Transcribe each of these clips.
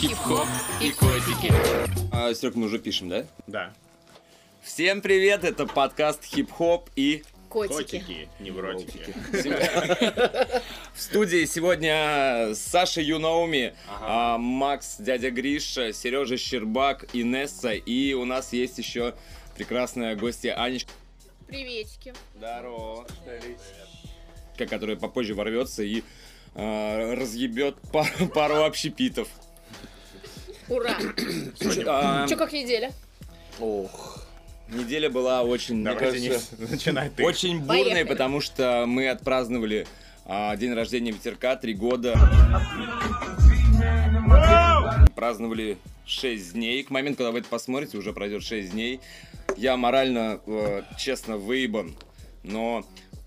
Хип-хоп и котики. А, Серег, мы уже пишем, да? Да. Всем привет, это подкаст Хип-хоп и... Котики. Котики, невротики. В студии сегодня Саша Юноуми, а, Макс, дядя Гриша, Сережа Щербак, Инесса и у нас есть еще прекрасная гостья Анечка. Приветики. Здорово. Которая попозже ворвется и а, разъебет пар- пару общепитов. Ура! Чё, а, Че как неделя? Ох. Неделя была очень, мне Давай, кажется, Денис, начинай ты. Очень бурный, Поехали. потому что мы отпраздновали а, день рождения ветерка, три года. Праздновали 6 дней. К моменту, когда вы это посмотрите, уже пройдет 6 дней. Я морально, э, честно, выебан, но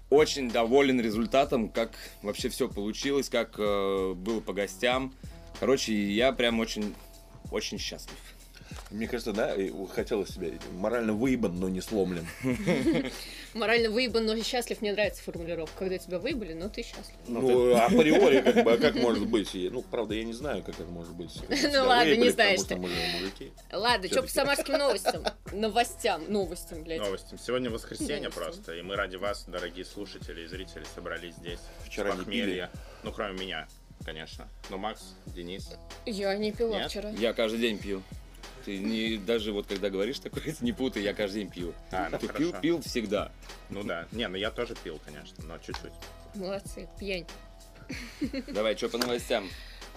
очень доволен результатом, как вообще все получилось, как э, было по гостям. Короче, я прям очень, очень счастлив. Мне кажется, да, и хотелось себя морально выебан, но не сломлен. Морально выебан, но счастлив. Мне нравится формулировка. Когда тебя выебали, но ты счастлив. Ну, априори, как бы, а как может быть? И, Ну, правда, я не знаю, как это может быть. Ну ладно, не знаешь что ты. мы же мужики. Ладно, что по Всё-таки. самарским новостям? Новостям, новостям, блядь. Новости. Сегодня воскресенье Новости. просто, и мы ради вас, дорогие слушатели и зрители, собрались здесь. Вчера с не похмелья. Ну, кроме меня, конечно. Ну, Макс, Денис. Я не пила Нет? вчера. Я каждый день пью. Ты не, даже вот когда говоришь такое, не путай, я каждый день пью. А, ну Ты хорошо. пил, пил всегда. Ну да. Не, ну я тоже пил, конечно, но чуть-чуть. Молодцы, пьянь. Давай, что по новостям?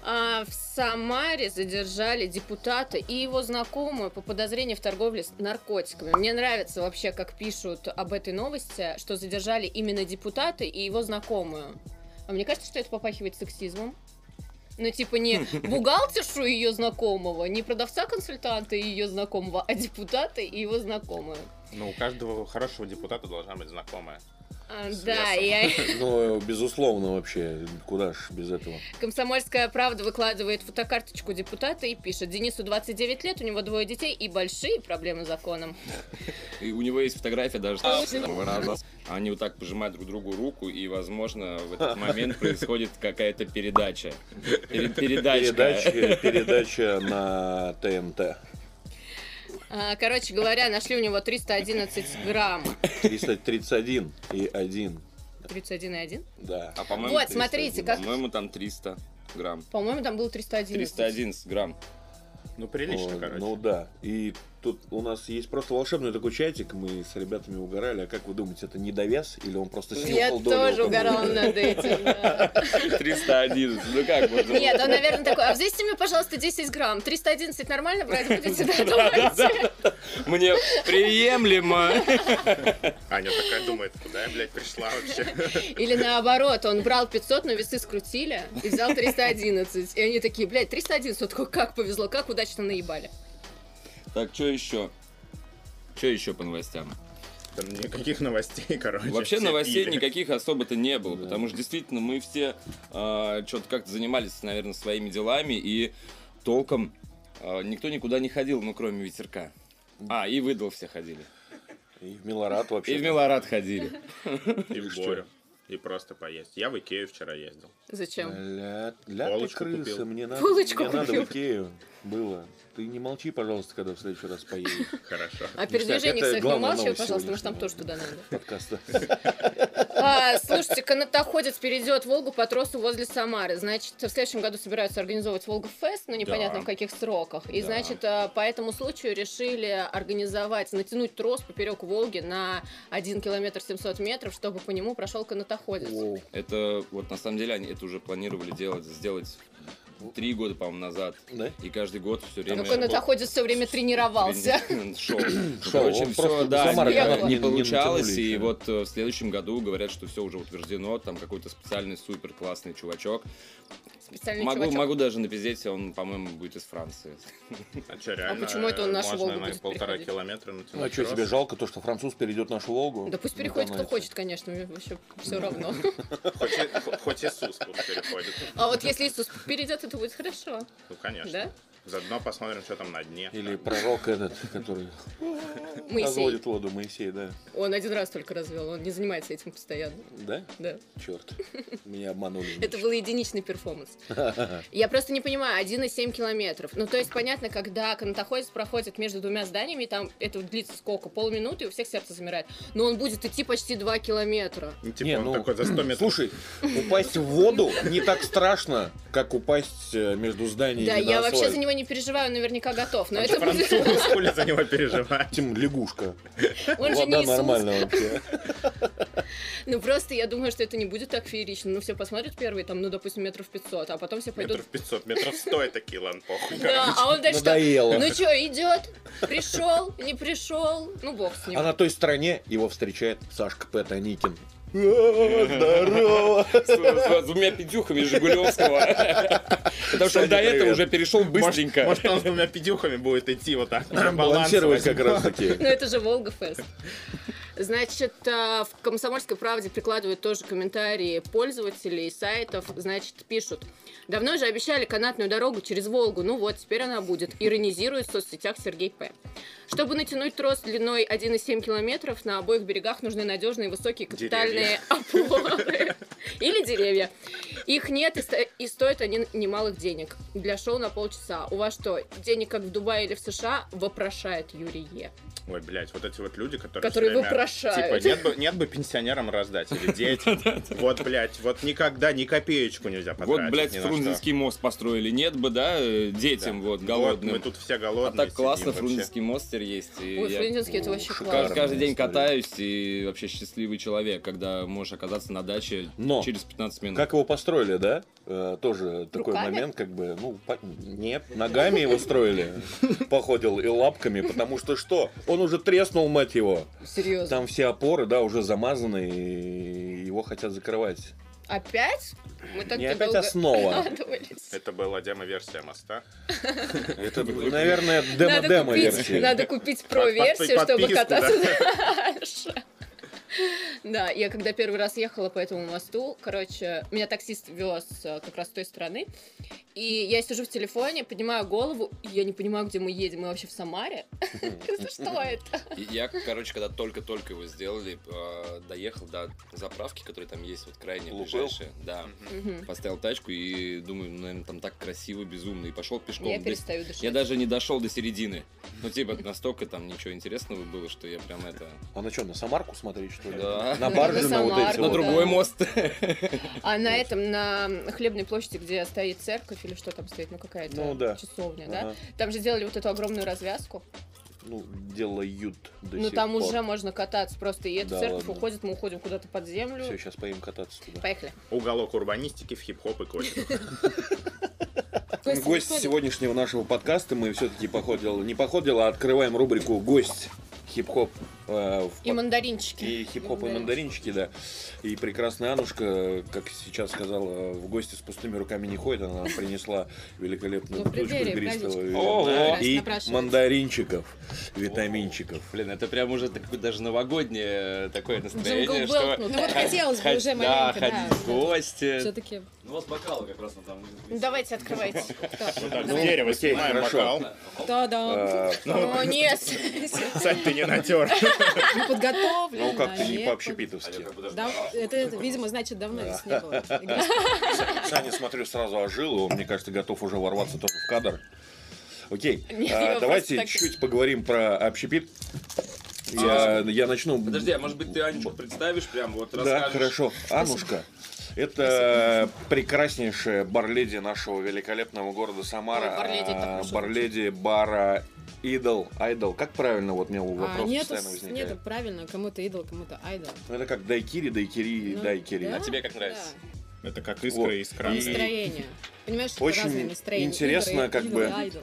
А, в Самаре задержали депутата и его знакомую по подозрению в торговле с наркотиками. Мне нравится вообще, как пишут об этой новости, что задержали именно депутата и его знакомую. А мне кажется, что это попахивает сексизмом. Ну, типа, не бухгалтершу и ее знакомого, не продавца-консультанта и ее знакомого, а депутата и его знакомую. Ну, у каждого хорошего депутата должна быть знакомая. А, С да, лесом. я... Ну, безусловно, вообще, куда ж без этого. Комсомольская правда выкладывает фотокарточку депутата и пишет. Денису 29 лет, у него двое детей и большие проблемы с законом. И у него есть фотография даже А, с первого раза. Они вот так пожимают друг другу руку, и, возможно, в этот момент происходит какая-то передача. Пере- Передачка. Передача, передача на ТНТ. А, Короче говоря, нашли у него 311 грамм. 331 и 1. 31,1? Да. А по-моему, Вот, смотрите, как- По-моему, там 300 грамм. По-моему, там было 311. 311 грамм. Ну, прилично, Ой, короче. Ну да. И тут у нас есть просто волшебный такой чатик. Мы с ребятами угорали. А как вы думаете, это недовес? Или он просто снюхал Я долю тоже алкоголя? угорала над этим. да. 311. Ну как можно? было? Нет, он, наверное, такой, а взвесьте мне, пожалуйста, 10 грамм. 311 нормально брать будете? Да, давайте. Мне приемлемо. Аня такая думает, куда я, блядь, пришла вообще. Или наоборот, он брал 500, но весы скрутили и взял 311. И они такие, блядь, 311, он такой, как повезло, как удачно наебали. Так, что еще? Что еще по новостям? Там никаких новостей, короче. Вообще все новостей пили. никаких особо-то не было, потому что действительно мы все что-то как-то занимались, наверное, своими делами, и толком э, никто никуда не ходил, ну, кроме ветерка. А, и выдал все ходили. И в Милорад вообще. И в Милорад ходили. И в горю. И просто поесть. Я в Икею вчера ездил. Зачем? Ля, ля ты Полочку крыса, купил. мне надо, Полочку мне надо в купил. Икею было. Ты не молчи, пожалуйста, когда в следующий раз поедешь Хорошо. О так, передвижениях это своих не главная умалчивай, новость пожалуйста, потому что сегодняшнего. там тоже туда надо. подкаста. А, слушайте, канатоходец перейдет Волгу по тросу возле Самары. Значит, в следующем году собираются организовывать Волгу Фест, но непонятно Да. в каких сроках. И, Да. значит, а, по этому случаю решили организовать, натянуть трос поперек Волги на 1 километр 700 метров, чтобы по нему прошел канатоходец. Воу. Это вот на самом деле они это уже планировали делать, сделать три года, по-моему, назад. Да? И каждый год все время... Но канатоходец все время тренировался. Шел. Шел, Короче, он все, просто да, Самара не- канат не, не- не получалось, натянули и еще. вот э, в следующем году говорят, что все уже утверждено, там какой-то специальный супер классный чувачок. Специальный Могу, чувачок. могу даже напиздеть, он, по-моему, будет из Франции. А что, реально? почему это он нашу можно Волгу на будет полтора переходить? километра натянуть Ну а что, трос? тебе жалко то, что француз перейдет нашу Волгу? Да пусть Ну, переходит кто канадец. хочет, конечно, мне вообще все равно. Хоть, и- хоть Иисус пусть переходит. А вот если Иисус перейдет, это будет хорошо, Ну, конечно. да? Заодно посмотрим, что там на дне. Или пророк этот, который Моисей. разводит воду, Моисей, да. Он один раз только развел, он не занимается этим постоянно. Да? Да. Черт, меня обманули. Это был единичный перформанс. Я просто не понимаю, 1,7 километров. Ну, то есть, понятно, когда канатоходец проходит между двумя зданиями, там это длится сколько? Полминуты, и у всех сердце замирает. Но он будет идти почти 2 километра. Ну, типа Не, он ну, такой за 100 метров. Слушай, упасть в воду не так страшно, как упасть э, между зданиями Да, на я вообще асфальт. за него не переживаю, он наверняка готов. Но он это же будет... француз, хули за него переживать. Тем лягушка. Он же Вода не Иисус. нормально вообще. Ну, просто я думаю, что это не будет так феерично. Ну, все посмотрят первые, там, ну, допустим, метров 500, а потом все пойдут... Метров 500, метров 100 это килан, похуй. Да, а он дальше... что? Надоело. Ну что, идет, пришел, не пришел, ну бог с ним. А на той стороне его встречает Сашка Пэтаникин. Здорово! С, с- с двумя пятюхами Жигулевского. Потому что он Кстати, до этого привет. уже перешел Может, быстренько. может, он с двумя пидюхами будет идти вот так, уже Балансировать как раз балансовать. таки. Ну это же Волга Фест. Значит, а, в «Комсомольской правде» прикладывают тоже комментарии пользователей сайтов. Значит, пишут. Давно же обещали канатную дорогу через Волгу. Ну вот, теперь она будет. Иронизирует в соцсетях Сергей П. Чтобы натянуть трос длиной 1,7 километров, на обоих берегах нужны надежные высокие капитальные опоры. Или деревья. Их нет, и, сто- и стоят они немалых денег. Для шоу на полчаса. У вас что, денег как в Дубае или в США? Вопрошает Юрий Е. Ой, блядь, вот эти вот люди, которые... Которые всё время, вопрошают. Типа, нет бы, нет бы пенсионерам раздать или детям. Вот, блядь, вот никогда ни копеечку нельзя потратить. Вот, блядь, ни на что. Фрунзенский мост построили. Нет бы, да, э, Да. детям вот Вот голодным. мы тут все А голодные так классно, сидим вообще. Фрунзенский мост теперь есть. и Ой, я Фрунзенский, это О, вообще шикарно. Каждый, классно. каждый день история. катаюсь и вообще счастливый человек, когда можешь оказаться на даче Но через 15 минут. Как его построили, да? Э, тоже такой Руками? момент, как бы, ну, по- нет, ногами его строили, походил, и лапками, потому что что? Он уже треснул, мать его. Серьезно. Там все опоры, да, уже замазаны, и его хотят закрывать. Опять? Мы так Не опять основа. Это была демо-версия моста. Это, наверное, Надо демо-демо купить, версия. надо купить про-версию, Подпи- чтобы подписку, кататься да. дальше. Да, я когда первый раз ехала по этому мосту, короче, меня таксист вез э, как раз с той стороны, и я сижу в телефоне, поднимаю голову, и я не понимаю, где мы едем, мы вообще в Самаре? Что это? И Я, короче, когда только-только его сделали, э, доехал до заправки, которая там есть, вот крайне Лукойл? ближайшая. Да. Мгм. Поставил тачку и думаю, ну, наверное, там так красиво, безумно. И пошел пешком. Я Да- перестаю я дышать. даже не дошел до середины. Ну, типа, настолько там ничего интересного было, что я прям это... А на что, на Самарку смотреть, что ли? Да. На баржи, На на вот эти Самарку, На вот. другой мост. А на этом, на хлебной площади, где стоит церковь или что там стоит, ну какая-то Ну да. часовня, да? Ага. Там же делали вот эту огромную развязку. Ну, делают до ну там уже можно кататься просто. И эта Да церковь ладно. уходит, мы уходим куда-то под землю. Все, сейчас поим кататься туда. Поехали. Уголок урбанистики в хип-хоп и котиках. Гость Гость выходит. сегодняшнего нашего подкаста мы все-таки походил, не походил, а открываем рубрику «Гость хип-хоп» э, в И под- мандаринчики. и хип-хоп и мандаринчики, да. И прекрасная Анушка, как сейчас сказала, в гости с пустыми руками не ходит. Она принесла великолепную Ну, бутылочку прибери, игристого подождите. вина Ого. и Напрашивается. мандаринчиков, витаминчиков. Блин, это прям уже такое даже новогоднее э, такое настроение, Джингл что... Белл, ну, Ну вот хотелось бы Хоть- Да, уже маленько, да. ходить в э, гости. Все-таки. Ну, вот бокалы как раз на там. Ну, Давайте открывайте. Вот так, с дерева окей, снимаем хорошо. бокал. Да-да. Э, О, нет. Сань, ты не натер. Не подготовлен. Ну как ты не нет. А по-общепитовски. я как бы даже... Да, это, это, видимо, значит, давно здесь не было. Саня, смотрю, сразу ожил, и он, мне кажется, готов уже ворваться тоже в кадр. Окей, Нет, а, я просто давайте так- чуть-чуть поговорим про общепит. Я, я начну. Подожди, а может быть ты Анечку представишь прям, вот Да, расскажешь? хорошо. Анушка, это прекраснейшая барледи нашего великолепного города Самара. Ой, барледи, это А, хорошо барледи бара Идол, Айдол. Как правильно? Вот у меня вопрос А, нету, постоянно возникает. нету правильно, кому-то идол, кому-то айдол. Ну, это как дайкири, дайкири, Ну, дайкири. да, А тебе как нравится? Это как Вот. искра из крана. И- Настроение. Понимаешь, что Очень разные настроения. интересно, Идол и- как идол бы- и айдол.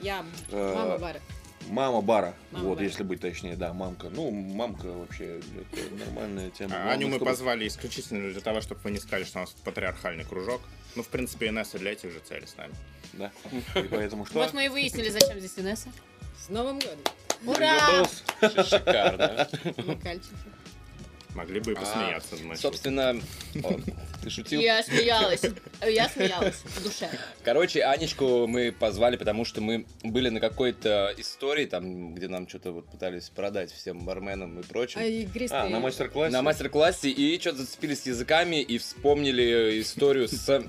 Я Э, мама Бара. Мама бара. Мама вот, бара. если быть точнее, да, мамка. Ну, мамка вообще это нормальная тема. А Главное, Аню мы чтобы- позвали исключительно для того, чтобы вы не сказали, что у нас тут патриархальный кружок. Ну, в принципе, Инесса для этих же целей с нами. Да. И поэтому что? Вот мы и выяснили, зачем здесь Инесса. С Новым годом, Ура! Голос. Шикарно. Макальчики. Могли бы и А, посмеяться. значит. Собственно, о, ты шутил? Я смеялась. типа. Я смеялась в душе. Короче, Анечку мы позвали, потому что мы были на какой-то истории, там, где нам что-то вот пытались продать всем барменам и прочим. А игристые. А, на мастер-классе? На мастер-классе и что-то зацепились языками и вспомнили э, историю с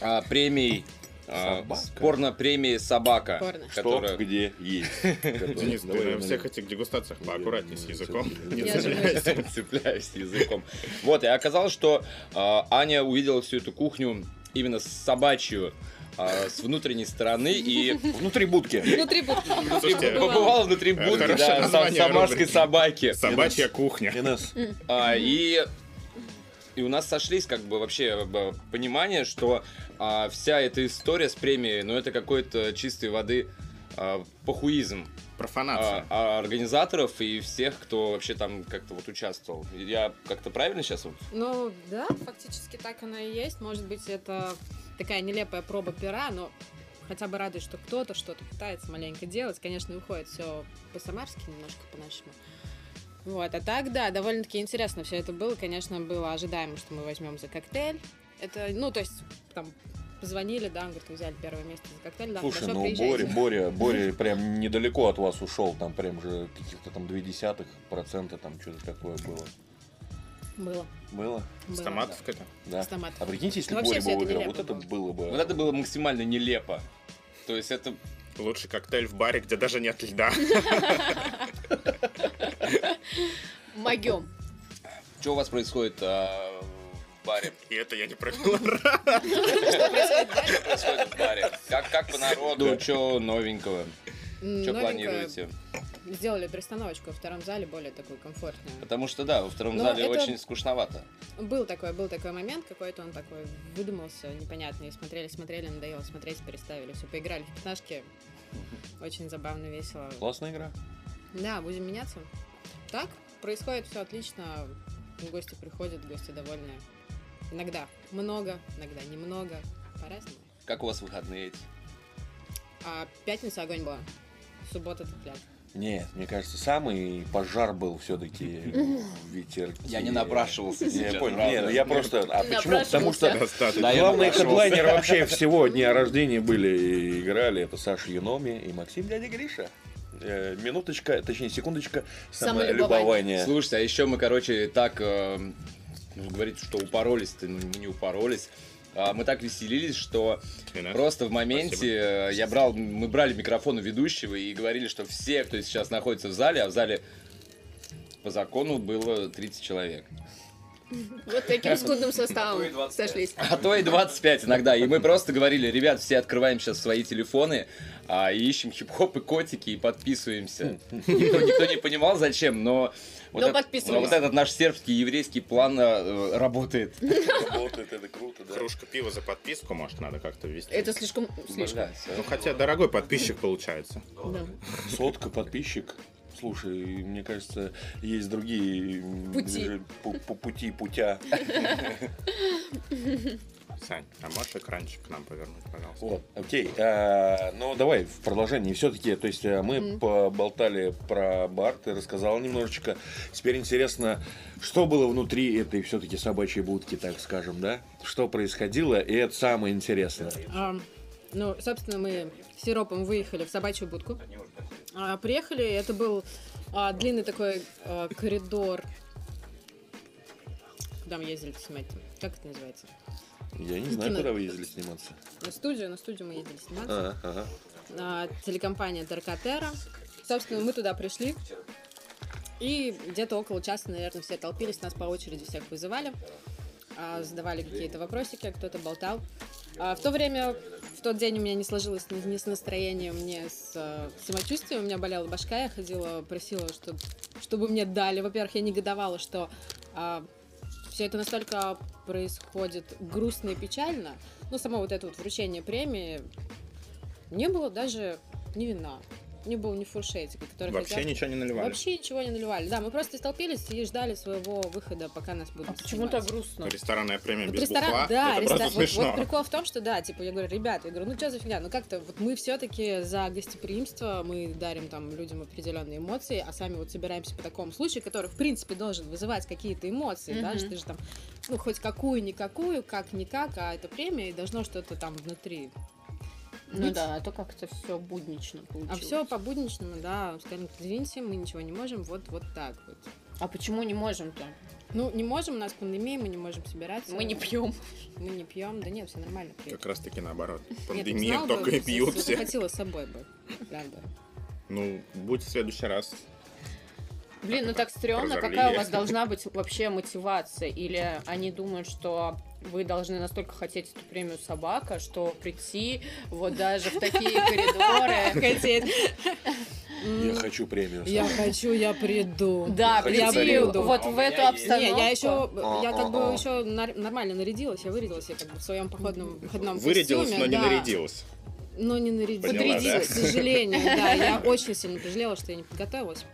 а, премией а, Собака. с порно-премией «Собака». Порно. Что, которая- где, есть. Денис, Давай, ты на Марина. всех этих дегустациях поаккуратнее с языком. Не Я же- цепляйся. цепляюсь языком. Вот, и оказалось, что а, Аня увидела всю эту кухню именно с собачью, а, с внутренней стороны, и Внутри будки. Внутри будки. Слушайте, побывала внутри э, будки, хорошее да, са- название самарской рубрики. собаки. Собачья кухня. Инесс, А, и и у нас сошлись как бы вообще э, б- понимание, что а, вся эта история с премией, ну это какой-то чистой воды а, похуизм а, Профанация. а, организаторов и всех, кто вообще там как-то вот участвовал. Я как-то правильно сейчас? вот? Ну да, фактически так оно и есть. Может быть, это такая нелепая проба пера, но хотя бы радует, что кто-то что-то пытается маленько делать. Конечно, выходит все по-самарски немножко по-нашему. Вот, а так, да, довольно-таки интересно все это было. Конечно, было ожидаемо, что мы возьмем за коктейль. Это, ну, то есть, там, позвонили, да, он говорит, вы взяли первое место за коктейль, да, слушай, хорошо, ну приезжайте. Боря, Боря, Боря прям недалеко от вас ушел, там прям же каких-то там две десятых процента, там что-то такое было. Было. Было? было. Стоматовка это. Да. С томатом. А прикиньте, если Ну, вообще Боря всё бы это выиграл, нелепо вот это было бы... э, Вот это было максимально нелепо. То есть это Лучший коктейль в баре, где даже нет льда. Могем. что у вас происходит а, в баре? И это я не провел. Что происходит в баре? Как как по народу? Что новенького? М, Что новенькое. планируете? Сделали пристановочку во втором зале, более такую комфортную. Потому что да, во втором Ну, зале это- очень скучновато. Был такой, был такой момент какой-то, он такой выдумался, непонятный. Смотрели, смотрели, надоело смотреть, переставили. Все, поиграли в пятнашки. Очень забавно, весело. Классная игра. Да, будем меняться. Так, происходит все отлично. Гости приходят, гости довольны. Иногда много, иногда немного. По-разному. Как у вас выходные эти? А пятница огонь была. Суббота топляк. Нет, мне кажется, самый пожар был все-таки ветер. Я не напрашивался сейчас, Я понял. правда. Нет, я просто. А почему? Напрашивался. Потому что Достаточно. Да, я главные напрашивался. хедлайнеры вообще всего дня рождения были и играли. Это Саша Еноми и Максим дядя Гриша. Э, Минуточка, точнее секундочка Самолюбование. самолюбования. Слушайте, а еще мы, короче, так эм, ну, говорите, что упоролись-то, ну не упоролись. А мы так веселились, что Инесс. просто в моменте э, я брал, мы брали микрофон у ведущего и говорили, что все, кто сейчас находится в зале, а в зале по закону было 30 человек. Вот таким скудным Ну и составом 25. сошлись. А то и 25 иногда. И мы просто говорили, ребят, все открываем сейчас свои телефоны а, и ищем хип-хоп и котики и подписываемся. Никто, никто не понимал, зачем, но... Вот Но эт- подписывались. но вот этот наш сербский еврейский план э, работает. Ну, Работает, это круто, да. Кружка пива за подписку, может, надо как-то ввести. Это слишком... слишком. Блядь, Ну, а. хотя дорогой подписчик получается. Да. Сотка подписчик. Слушай, мне кажется, есть другие м, Пути. же пу- пу- пути, путя. Сань, а можешь экранчик к нам повернуть, пожалуйста? Вот, окей. А, ну, давай в продолжении. Все-таки, то есть, э, мы поболтали про бар, ты рассказал немножечко. Теперь интересно, что было внутри этой все-таки собачьей будки, так скажем, да? Что происходило, и это самое интересное. А, ну, собственно, мы с сиропом выехали в собачью будку. А, приехали, это был а, длинный такой а, коридор. Куда мы ездили снимать? Как это называется? Я не знаю, Кино. куда вы ездили сниматься. На студию, на студию мы ездили сниматься. А, ага. А, телекомпания Таркатера. Собственно, мы туда пришли. И где-то около часа, наверное, все толпились, нас по очереди всех вызывали, а, задавали какие-то вопросики, кто-то болтал. А В то время, в тот день у меня не сложилось ни ни с настроением, ни с э, самочувствием, у меня болела башка, я ходила, просила, чтоб- чтобы мне дали. Во-первых, я негодовала, что все это настолько происходит грустно и печально. Ну, само вот это вот вручение премии, не было даже ни вина. не был ни в фуршетике, который Вообще хотя бы- ничего не наливали. Вообще ничего не наливали. Да, мы просто столпились и ждали своего выхода, пока нас будут А Почему снимать. так грустно? Ресторанная премия Вот без ну, ресторан, бухла. да, это ресторан. просто Вот, смешно. вот прикол в том, что да, типа, я говорю, ребята, я говорю, ну что за фигня, ну как-то вот мы все-таки за гостеприимство, мы дарим там людям определенные эмоции, а сами вот собираемся по такому случаю, который, в принципе, должен вызывать какие-то эмоции, да, Мгм. что ты же там, ну, хоть какую-никакую, как-никак, а это премия, и должно что-то там внутри Ну быть. да, а то как-то все буднично А получилось. все по-будничному, да, скажем, извините, мы ничего не можем, вот, вот так вот. А почему не можем-то? Ну, не можем, у нас пандемия, мы не можем собираться. Мы не пьем. Мы не пьем, да нет, все нормально. Привет. Как раз таки наоборот. Нет, Пандемия знал бы, только и с- пьют с- все. Захотела с собой бы, правда. Ну, будь в следующий раз. Блин, ну так стрёмно. Разорли. Какая у вас должна быть вообще мотивация? Или они думают, что вы должны настолько хотеть эту премию собака, что прийти вот даже в такие коридоры. Хотеть. Я хочу премию. Я хочу, я приду. Да, Хочу прийти царевну. вот А у в меня эту есть. Не, обстановку. я еще, я как бы А-а-а. еще нар- нормально нарядилась, я вырядилась, я как бы в своем походном выходном Вырядилась, но костюме, не да. нарядилась. Но не нарядилась, Поняла, да? к сожалению, да, я очень сильно пожалела, что я не подготовилась.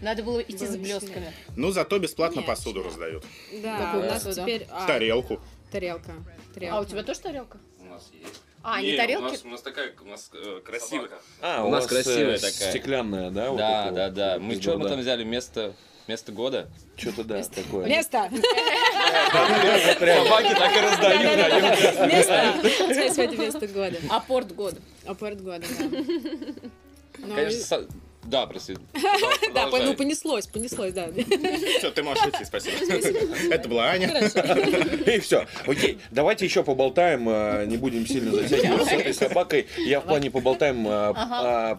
Надо было идти за Вообще. блестками. Ну, зато бесплатно Конечно. посуду раздают. Да, Какую у нас посуду? теперь... а, Тарелку. Тарелка. тарелка. А у тебя тоже тарелка? У нас есть. А, не Не, У тарелки? нас, у нас такая, у нас э, красивая. А, У нас вас, красивая э, такая. Стеклянная, да? вот да, эта да, вот? да. Мы что мы Да. там взяли место, место года? Что-то да, такое. Место! Собаки так и раздают. Место! Скажи, Света, место года. Апорт А года. Апорт А года, да. Ну, Конечно, и- со- да, прости. Да, по- ну Продолжай. понеслось, понеслось, да. Все, ты можешь идти, спасибо. Это была Аня. И все. Окей, давайте еще поболтаем, э, не будем сильно затягивать с этой собакой. Я в плане поболтаем э, о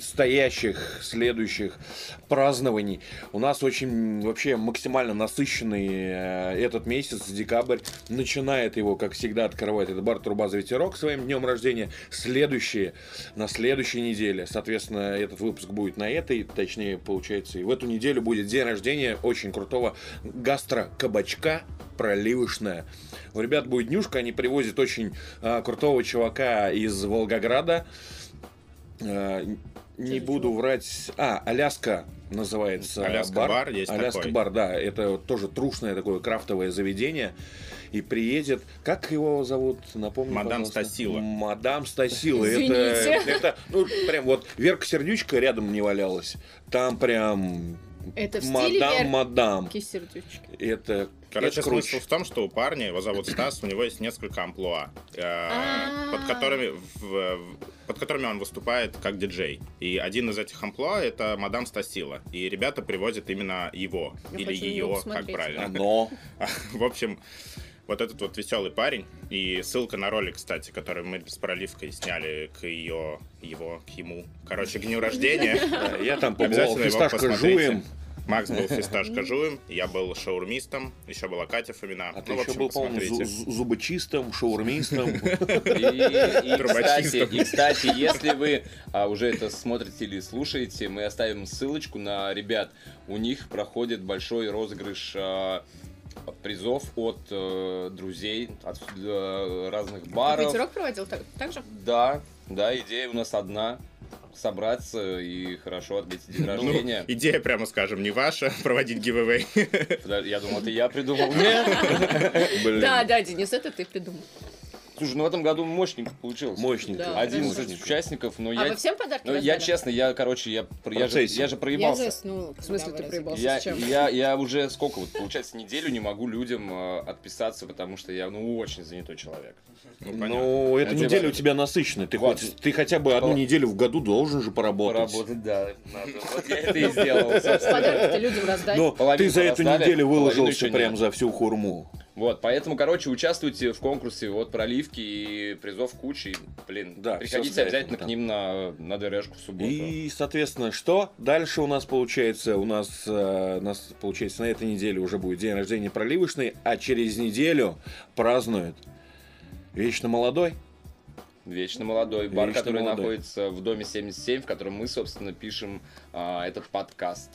предстоящих следующих празднований. У нас очень вообще максимально насыщенный э, этот месяц, декабрь. Начинает его, как всегда, открывает этот бар Труба за ветерок своим днем рождения. Следующие, на следующей неделе, соответственно, этот выпуск будет на этой, точнее, получается, и в эту неделю будет день рождения очень крутого гастро-кабачка проливышная. У ребят будет днюшка, они привозят очень э, крутого чувака из Волгограда. Э, не за буду врать. А, Аляска называется. Аляска бар есть Аляска такой. бар, да. Это вот тоже трушное такое крафтовое заведение. И приедет, как его зовут, напомню, Мадам пожалуйста. Стасила. Мадам Стасила. Это, Извините. это, ну, прям вот Верка Сердючка рядом не валялась. Там прям Это в стиле мадам, Верки мадам. Сердючки. Это, Короче, это круче. смысл в том, что у парня, его зовут Стас, у него есть несколько амплуа, э, А. под которыми, в- в- под которыми он выступает как диджей. И один из этих амплуа — это мадам Стасила. И ребята привозят именно его, Я или хочу на него ее, как посмотреть. правильно. Оно. В общем, вот этот вот веселый парень, и ссылка на ролик, кстати, который мы с проливкой сняли к ее, его, к ему. Короче, к дню рождения. Да, Я там побывал. Обязательно его Фисташка посмотрите. жуем. Макс был фисташка жуем, я был шаурмистом, еще была Катя Фомина. А ты Ну, в еще общем, был, по-моему, зу- посмотрите. зу- зубочистом, шаурмистом. И, и, кстати, Трубочистом. и, кстати, если вы а, уже это смотрите или слушаете, мы оставим ссылочку на ребят. У них проходит большой розыгрыш а, призов от э, друзей, от э, разных баров. Ветерок проводил так, так же? Да, да, идея у нас одна. Собраться и хорошо отметить день Ну, рождения. идея, прямо скажем, не ваша, проводить гивэвэй. Подожди, Я думал, это я придумал. Нет. Блин. Да, да, Денис, это ты придумал. Слушай, ну в этом году мощненько получилось. Мощненько. Да. 11 участников, но я... А вы всем подарки Ну, я раздали? честно, я, короче, я, про- я, же, процессе. я же Я проебался. заснула. В смысле, ты проебался? Я, с чем? я, я уже сколько, вот получается, неделю не могу людям э, отписаться, потому что я, ну, очень занятой человек. Ну, понятно. Ну, эта Я неделя тебе- у тебя насыщенная. Ты, Вот. хоть, ты хотя бы одну Пора- неделю в году должен же поработать. Поработать, да, надо. Вот я это и сделал, собственно. Подарки-то людям раздать. Но Половину Ну, ты за эту раздали, неделю половину выложился еще нет. прям за всю хурму. Вот, поэтому, короче, участвуйте в конкурсе от проливки и призов кучи. И, Блин, Да, всё приходите связано, обязательно да. к ним на, на ДРшку в субботу. И, соответственно, что дальше у нас получается? У нас, э, у нас, получается, на этой неделе уже будет день рождения проливочный, а через неделю празднует Вечно молодой. Вечно молодой бар, Вечно который молодой. находится в доме 77, в котором мы, собственно, пишем а, этот подкаст.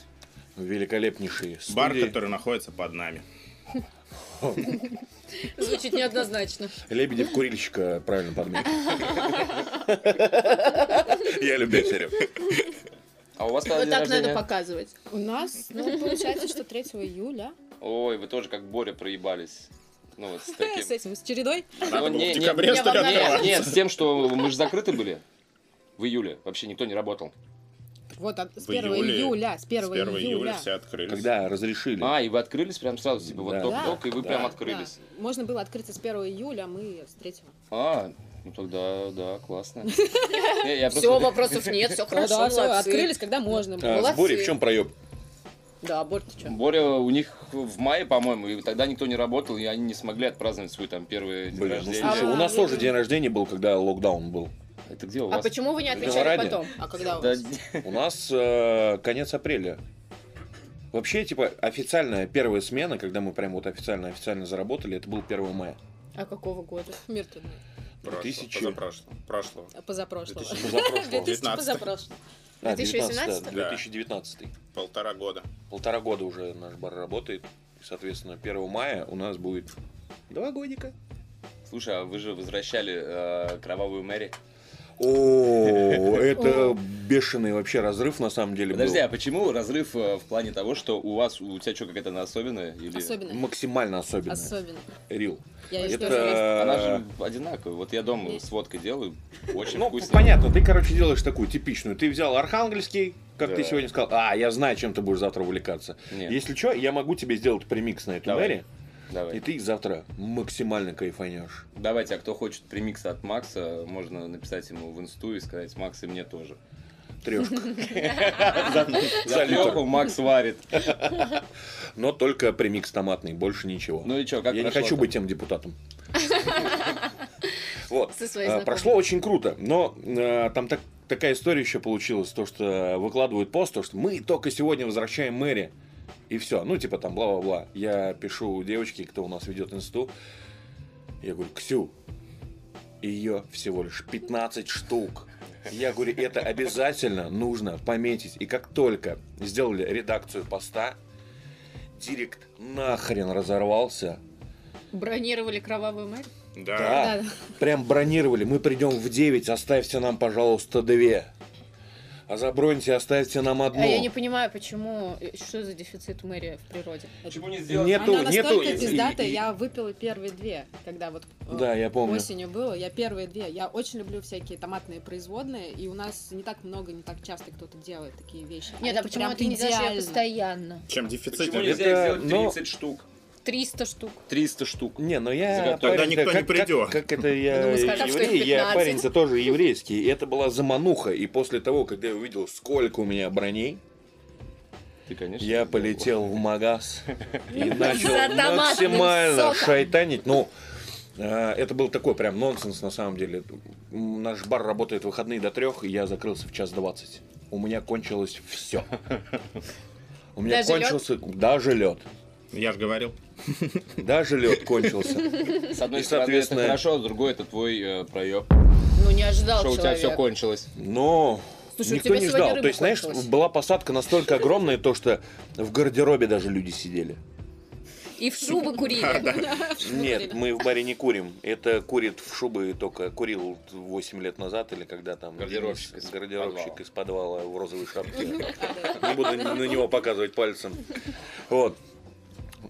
Великолепнейший. Бар, студии. который находится под нами. Звучит неоднозначно. Лебедев курильщика правильно подметил. Я люблю Серег. А у вас когда Вот день так надо рождения? показывать. У нас, ну, получается, что 3 июля. Ой, вы тоже как Боря проебались. Ну вот с таким. С этим, с чередой. Надо Ну, было не- в не- декабре, не что ли, обогнали. открывать? Нет, нет, с тем, что мы же закрыты были в июле. Вообще никто не работал. Вот, от- с В 1 июле. июля. С 1 С 1 июля июля. все открылись. Когда разрешили. А, и вы открылись прям сразу, типа вот Да. ток-ток, и вы Да. прям Да. открылись. Да, Можно было открыться с 1 июля, а мы с 3. А, ну тогда, да, классно. Не, я Все, просто- вопросов нет, все Да, хорошо, всё, молодцы. открылись, когда можно было. А, С молодцы. Борей в чем проеб? Да, Борь, ты чё? Боря, у них в мае, по-моему, и тогда никто не работал, и они не смогли отпраздновать свой там первый день Блин, ну рождения. слушай, у нас А, тоже день рождения был, когда локдаун был. Это где у А вас? почему вы не отвечали ради. потом? А когда у Да, вас? У нас э, конец апреля. Вообще, типа, официальная первая смена, когда мы прям вот официально-официально заработали, это был 1 мая. А какого года? Мир тут ну, Прошлого, Тысячи. позапрошлого, прошлого. а позапрошлого. 2000. Позапрошлого. 2000 19. позапрошлого. А, 19, 2018? да, 2019. Полтора года. Полтора года уже наш бар работает. И, соответственно, 1 мая у нас будет два годика. Слушай, а вы же возвращали э, кровавую Мэри. О, это бешеный вообще разрыв на самом деле Подожди, был. а почему разрыв э, в плане того, что у вас, у тебя что, какая-то она особенная? Или... Особенно. Максимально особенный. Особенно. Рил. А Я её тоже раз- Это... Она же одинаковая. Вот я дома с водкой делаю, очень Ну, вкусно. понятно, ты, короче, делаешь такую типичную. Ты взял архангельский, как Да. ты сегодня сказал. А, я знаю, чем ты будешь завтра увлекаться. Нет. Если что, я могу тебе сделать премикс на эту Давай. мэри, Давай. и ты завтра максимально кайфанешь. Давайте, а кто хочет премикса от Макса, можно написать ему в инсту и сказать, Макс и мне тоже. Трешка. За Лёху Макс варит. Но только премикс томатный, больше ничего. Ну и чё, как я не прошло хочу там? быть тем депутатом. Вот. Со своей А, знакомой. Прошло очень круто, но э, там так- такая история еще получилась, то что выкладывают пост, то что мы только сегодня возвращаем Мэри. И все, ну типа там бла-бла-бла. Я пишу девочке, кто у нас ведет инсту, я говорю, Ксю, ее всего лишь 15 штук. Я говорю, это обязательно нужно пометить. И как только сделали редакцию поста, директ нахрен разорвался. Бронировали кровавую мэр? Да. Да. Прям бронировали. Мы придем в 9, оставьте нам, пожалуйста, две. А заброньте, оставьте нам одну. А я не понимаю, почему, э, что за дефицит мэрия в природе? Почему не сделать? Нету, Она нету. настолько и- пиздатая, и- я выпила первые две, когда вот э, Да, я помню. осенью было, я первые две. Я очень люблю всякие томатные производные, и у нас не так много, не так часто кто-то делает такие вещи. Нет, а почему прям ты не делаешь её идеально. постоянно? Чем дефицит? Почему нет? нельзя Это, их ну, сделать 30 штук? 300 штук. 300 штук. Не, ну я... Тогда парень-то никто не как- как- придет. Как, это я Ну, мы скажем, что их еврей, я 15. парень-то тоже еврейский. И это была замануха. И после того, когда я увидел, сколько у меня броней, Ты, конечно. я полетел в магаз и начал За томатным максимально соком. шайтанить. Ну, э, это был такой прям нонсенс на самом деле. М, Наш бар работает в выходные до трех, и я закрылся в час двадцать. У меня кончилось все. У меня Даже лёд? кончился даже лед. Я же говорил. Даже лед кончился. С одной И, стороны, это соответственно- хорошо, а с другой это твой э, проеб. Ну, не ожидал Что у тебя человек. все кончилось. Но Слушай, у никто тебя не сегодня ждал. рыба То есть, знаешь, кончилась. была посадка настолько огромная, то что в гардеробе даже люди сидели. И в шубы курили. Нет, мы в баре не курим. Это курит в шубы только курил 8 лет назад или когда там Гардеробщик Денис, из гардеробщик подвала. из подвала в розовой шапке. Ну, Не буду на него показывать пальцем. Вот.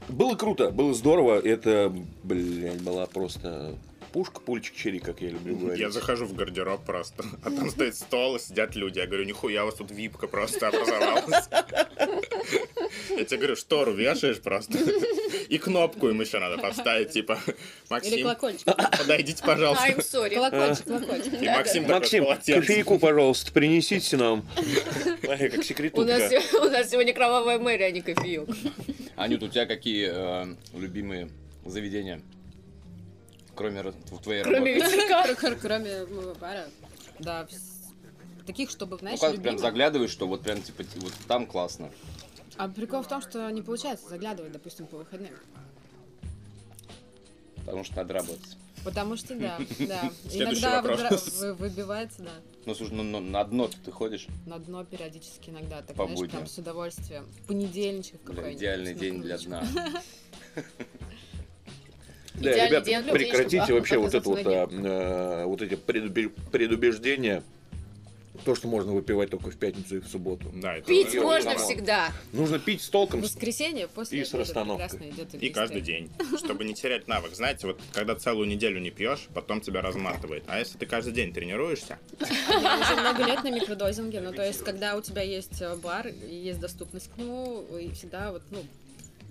Было круто, было здорово. Это, блядь, была просто пушка, пульчик, черри, как я люблю говорить. Я захожу в гардероб просто. А там стоит стол, и сидят люди. Я говорю, нихуя, у вас тут випка просто образовалась. Я тебе говорю, штору вешаешь просто. И кнопку им еще надо поставить, типа, Или Максим, колокольчик. подойдите, пожалуйста. I'm sorry. Колокольчик, колокольчик. И Максим такой Максим, полотенце. кофейку, пожалуйста, принесите нам. А я как У нас, секретутка. се- у нас сегодня кровавая мэрия, а не кофеек. Анют, у тебя какие э, любимые заведения? Кроме ра- в твоей Кроме работы. ветерка. Кр- Кроме ну, бара. Да, вс- таких, чтобы, Ну знаешь, как ты прям любимых. заглядываешь, что вот прям типа вот там классно. А прикол в том, что не получается заглядывать, допустим, по выходным. Потому что надо работать. Потому что да, да. Следующий Иногда вопрос. выбра- вы- выбивается, да. Ну слушай, ну, ну, на дно ты ходишь. На дно периодически иногда, так По знаешь, будням. прям с удовольствием. В понедельничек Бля, какой-нибудь. идеальный на день для кружечку. дна. Да, Идеальный ребят, день для прекратите женщин. вообще вот это Оказаться вот, на а, э, вот эти предубе- предубеждения. То, что можно выпивать только в пятницу и в субботу. Да, это Пить Я можно понимаю. всегда. Нужно пить с толком. В воскресенье после И с обеда расстановкой. прекрасно идет И английская. каждый день, чтобы не терять навык. Знаете, вот когда целую неделю не пьешь, потом тебя разматывает. А если ты каждый день тренируешься, Я уже много лет на микродозинге, ну то есть когда у тебя есть э, бар, и есть доступность к нему, и всегда вот, ну,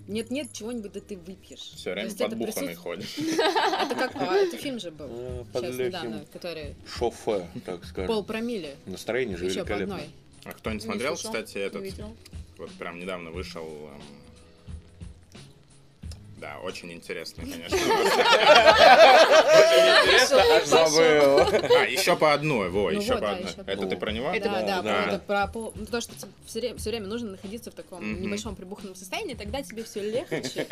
нет-нет, чего-нибудь да ты выпьешь. все То время есть это подбуханный присут- ходишь. Это как, а, это фильм же был, э, Под ну сейчас лёгким недавно, который шофе, так скажем. пол промили, Настроение же еще по великолепное. одной. А кто не Не смотрел, слышал, кстати, не этот видел. вот прям недавно вышел. эм, Да, очень интересный, конечно. А, еще по одной, во, Ну еще вот, по да, одной. еще по Это ты одной. про него? Да, да, да. про- это про пол- ну, то, что все время, все время нужно находиться в таком Мгм. небольшом прибуханном состоянии, тогда тебе все легче.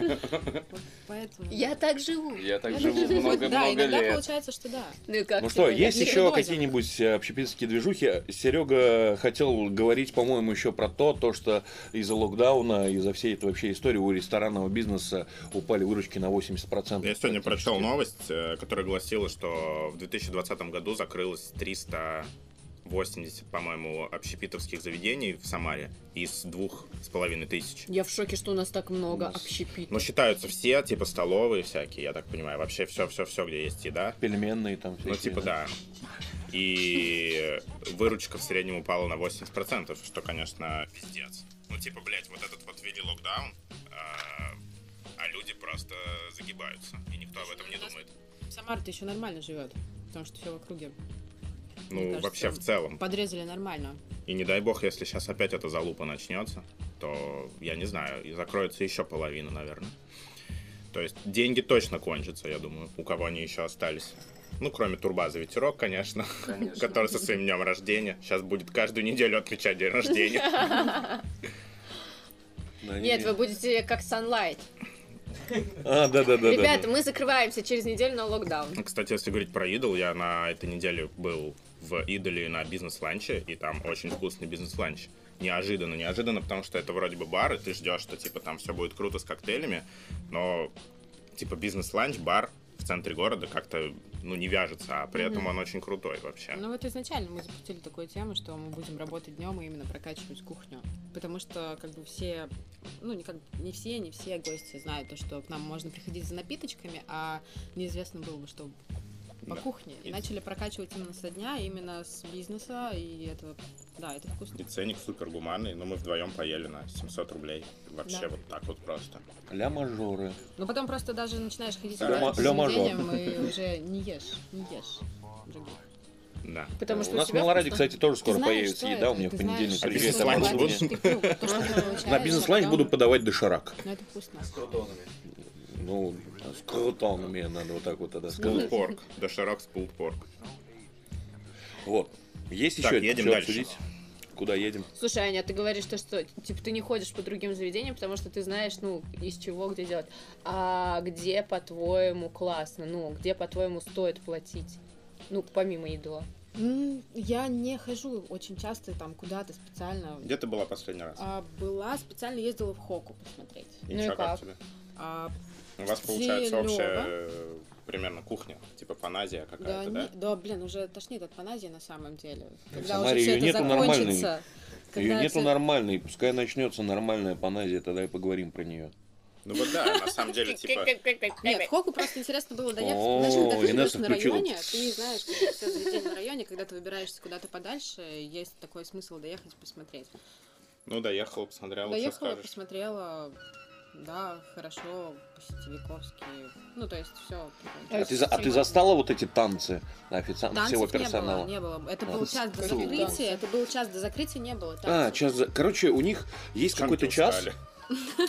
Вот Поэтому. Я так живу. Я так Я живу даже- Да, много-много иногда лет. получается, что да. Ну и как Ну что, тебе? есть не еще перевозим. какие-нибудь э, общепитские движухи? Серега хотел говорить, по-моему, еще про то, то, что из-за локдауна, из-за всей этой вообще истории у ресторанного бизнеса упали выручки на 80%. Я сегодня прочел практически. новость, э, которая гласила, что в 2020 году закрылось 380, по-моему, общепитовских заведений в Самаре из двух с половиной тысяч. Я в шоке, что у нас так много У нас- общепит. Но считаются все, типа столовые всякие, я так понимаю, вообще все-все-все, где есть еда. Пельменные там Ну, всякие, типа, да. И выручка в среднем упала на 80%, что, конечно, пиздец. Ну, типа, блядь, вот этот вот в виде локдаун, а, а люди просто загибаются, и никто об этом не думает. Самара-то еще нормально живет, потому что все в округе Ну, Мне кажется, вообще в целом. подрезали нормально. И не дай бог, если сейчас опять эта залупа начнется, то, я не знаю, и закроется еще половина, наверное. То есть деньги точно кончатся, я думаю, у кого они еще остались. Ну, кроме Турбаза Ветерок, конечно, который со своим днем рождения. Сейчас будет каждую неделю отмечать день рождения. Да, Нет, и- вы будете как Sunlight. А, да-да-да. Ребята, мы закрываемся через неделю на локдаун. Ну, Кстати, если говорить про Идол, я на этой неделе был в Идоле на бизнес-ланче, и там очень вкусный бизнес-ланч. Неожиданно, неожиданно, потому что это вроде бы бар, и ты ждешь, что типа там все будет круто с коктейлями, но типа бизнес-ланч, бар в центре города как-то ну не вяжется, а при этом он очень крутой вообще. Ну вот изначально мы запустили такую тему, что мы будем работать днем и именно прокачивать кухню. Потому что как бы все, ну не, как, не все, не все гости знают то, что к нам можно приходить за напиточками, а неизвестно было бы, что по Да. кухне. И И- начали прокачивать именно со дня, именно с бизнеса, и это, да, это вкусно. И ценник супер гуманный, но мы вдвоем поели на 700 рублей. Вообще Да. вот так вот просто. Ля мажоры. Но потом просто даже начинаешь ходить Ле- куда-то по ле- мажор. заведениям и уже не ешь, не ешь. дорогие. Да. Потому что у нас в себя Малораде, вкусно. кстати, тоже Ты скоро знаешь, появится что еда. это, У меня в ты знаешь, понедельник что привет, привет. это это Ланч такое. буду. Ты круто, то, что ты На получаешь, бизнес-ланч а буду потом- подавать доширак. Ну, это вкусно. Ну, с крутонами надо вот так вот тогда сказать. Пулпорк. Доширак с пулпорк. Вот. Есть Так, еще едем чё дальше. обсудить? Куда едем? Слушай, Аня, ты говоришь, то, что типа ты не ходишь по другим заведениям, потому что ты знаешь, ну, из чего, где делать. А где, по-твоему, классно? Ну, где, по-твоему, стоит платить? Ну, помимо еды. М, Я не хожу очень часто там куда-то специально. Где ты была последний раз? А, была, специально ездила в Хоку посмотреть. И Ну и чё, как? тебе? А, У вас получается Целёво. общая э, примерно кухня, типа паназия да, какая-то, не- да? да, блин, уже тошнит от паназии на самом деле. Когда Ну, Самаре уже все её это нету закончится. Ее когда нету это- нормальной, пускай начнется нормальная паназия, тогда и поговорим про нее. Ну вот да, на самом деле, типа, Нет, в Хоку просто интересно было доехать. О, Знаешь, когда ты живешь Инесса на включила. районе, ты не знаешь, как это всё заведение на районе, когда ты выбираешься куда-то подальше, есть такой смысл доехать и посмотреть. А ну доехал, посмотрел, что Доехала, скажешь. посмотрела, да, хорошо, по-сетевиковски, ну, то есть все. А ты, за- а ты застала вот эти танцы официанта всего Танцев не персонала? было, не было. Это А, был час до танцев. закрытия, это был час до закрытия, не было А, танцев. час. за- Короче, у них есть Чем какой-то ты час, устали?